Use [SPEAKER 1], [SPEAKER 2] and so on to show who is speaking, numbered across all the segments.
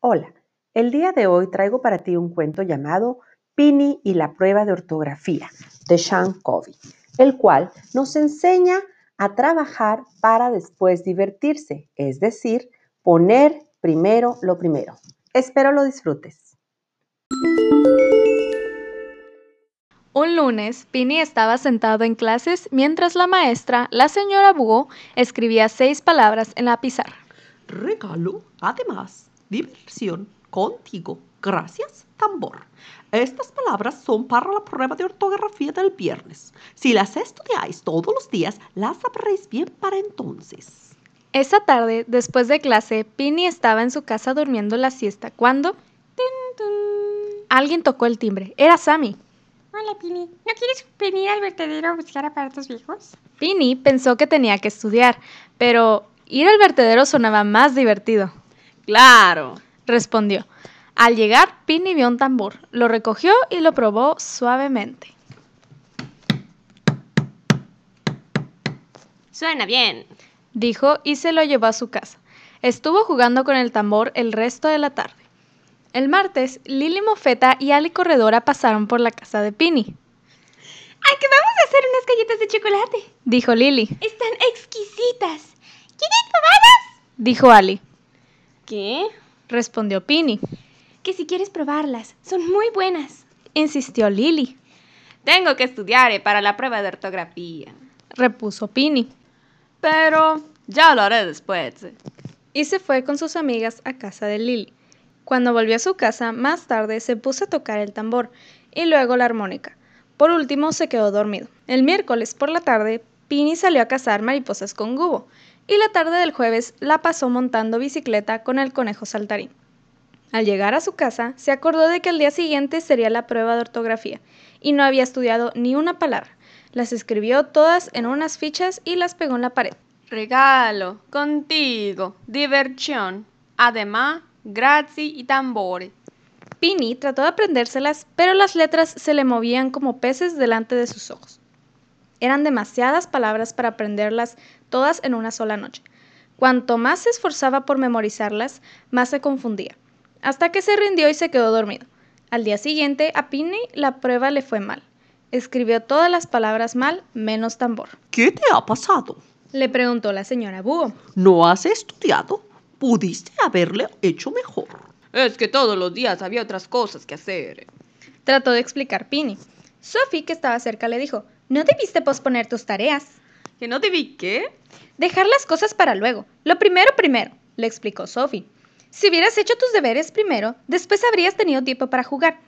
[SPEAKER 1] Hola, el día de hoy traigo para ti un cuento llamado Pini y la prueba de ortografía de Sean Covey, el cual nos enseña a trabajar para después divertirse, es decir, poner primero lo primero. Espero lo disfrutes.
[SPEAKER 2] Un lunes, Pini estaba sentado en clases mientras la maestra, la señora Búho, escribía seis palabras en la pizarra.
[SPEAKER 3] regalo, además, diversión, contigo, gracias, tambor. Estas palabras son para la prueba de ortografía del viernes. Si las estudiáis todos los días, las sabréis bien para entonces.
[SPEAKER 2] Esa tarde, después de clase, Pini estaba en su casa durmiendo la siesta cuando... ¡Tin, tin! Alguien tocó el timbre. Era Sammy.
[SPEAKER 4] Hola, Pini. ¿No quieres venir al vertedero a buscar aparatos viejos?
[SPEAKER 2] Pini pensó que tenía que estudiar, pero ir al vertedero sonaba más divertido.
[SPEAKER 5] Claro.
[SPEAKER 2] respondió. Al llegar, Pini vio un tambor, lo recogió y lo probó suavemente.
[SPEAKER 5] Suena bien.
[SPEAKER 2] Dijo y se lo llevó a su casa. Estuvo jugando con el tambor el resto de la tarde. El martes, Lili Mofeta y Ali Corredora pasaron por la casa de Pini,
[SPEAKER 4] ¡Ay, que vamos a hacer unas galletas de chocolate!
[SPEAKER 2] dijo Lili,
[SPEAKER 4] ¡Están exquisitas! ¿Quieren probarlas?
[SPEAKER 2] dijo Ali,
[SPEAKER 5] ¿Qué?
[SPEAKER 2] respondió Pini,
[SPEAKER 4] Que si quieres probarlas, son muy buenas.
[SPEAKER 2] insistió Lili,
[SPEAKER 5] Tengo que estudiar eh, para la prueba de ortografía.
[SPEAKER 2] repuso Pini,
[SPEAKER 5] Pero ya lo haré después.
[SPEAKER 2] y se fue con sus amigas a casa de Lili. Cuando volvió a su casa, más tarde se puso a tocar el tambor y luego la armónica. Por último, se quedó dormido. El miércoles por la tarde, Pini salió a cazar mariposas con Gubo y la tarde del jueves la pasó montando bicicleta con el conejo saltarín. Al llegar a su casa, se acordó de que el día siguiente sería la prueba de ortografía y no había estudiado ni una palabra. Las escribió todas en unas fichas y las pegó en la pared.
[SPEAKER 5] Regalo, contigo, diversión. Además, grazie y tambores.
[SPEAKER 2] Pini trató de aprendérselas, pero las letras se le movían como peces delante de sus ojos. Eran demasiadas palabras para aprenderlas todas en una sola noche. Cuanto más se esforzaba por memorizarlas, más se confundía, hasta que se rindió y se quedó dormido. Al día siguiente, a Pini la prueba le fue mal. Escribió todas las palabras mal, menos tambor.
[SPEAKER 3] ¿Qué te ha pasado?
[SPEAKER 2] Le preguntó la señora Búho.
[SPEAKER 3] ¿No has estudiado? Pudiste haberle hecho mejor.
[SPEAKER 5] Es que todos los días había otras cosas que hacer.
[SPEAKER 2] Trató de explicar Pini. Sophie, que estaba cerca, le dijo, No debiste posponer tus tareas.
[SPEAKER 5] ¿Que no te vi qué?
[SPEAKER 2] Dejar las cosas para luego. Lo primero primero, le explicó Sophie. Si hubieras hecho tus deberes primero, después habrías tenido tiempo para jugar.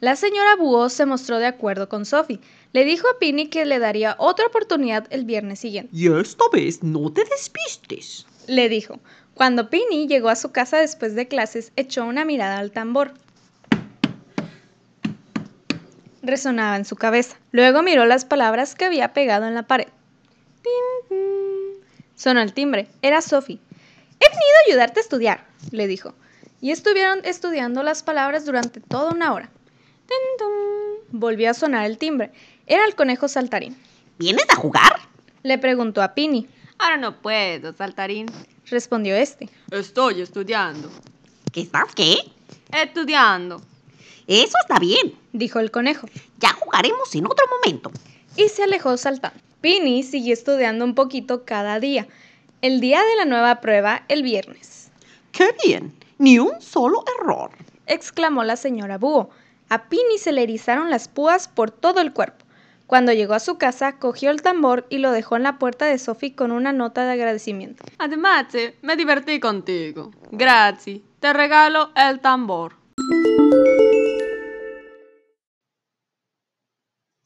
[SPEAKER 2] La señora Búho se mostró de acuerdo con Sophie. Le dijo a Pini que le daría otra oportunidad el viernes siguiente.
[SPEAKER 3] Y esta vez no te despistes.
[SPEAKER 2] Le dijo. Cuando Pini llegó a su casa después de clases, echó una mirada al tambor. Resonaba en su cabeza. Luego miró las palabras que había pegado en la pared. Sonó el timbre. Era Sophie. He venido a ayudarte a estudiar, le dijo. Y estuvieron estudiando las palabras durante toda una hora. Volvió a sonar el timbre. Era el conejo saltarín.
[SPEAKER 3] ¿Vienes a jugar?
[SPEAKER 2] Le preguntó a Pini.
[SPEAKER 5] Ahora no puedo, saltarín.
[SPEAKER 2] Respondió este.
[SPEAKER 5] Estoy estudiando.
[SPEAKER 3] ¿Qué estás qué?
[SPEAKER 5] Estudiando.
[SPEAKER 3] Eso está bien.
[SPEAKER 2] Dijo el conejo.
[SPEAKER 3] Ya jugaremos en otro momento.
[SPEAKER 2] y se alejó saltando. Pini siguió estudiando un poquito cada día. El día de la nueva prueba, el viernes,
[SPEAKER 3] ¡Qué bien! Ni un solo error.
[SPEAKER 2] exclamó la señora Búho. A Pini se le erizaron las púas por todo el cuerpo. Cuando llegó a su casa, cogió el tambor y lo dejó en la puerta de Sophie con una nota de agradecimiento.
[SPEAKER 5] Además, eh, me divertí contigo. Grazie. Te regalo el tambor.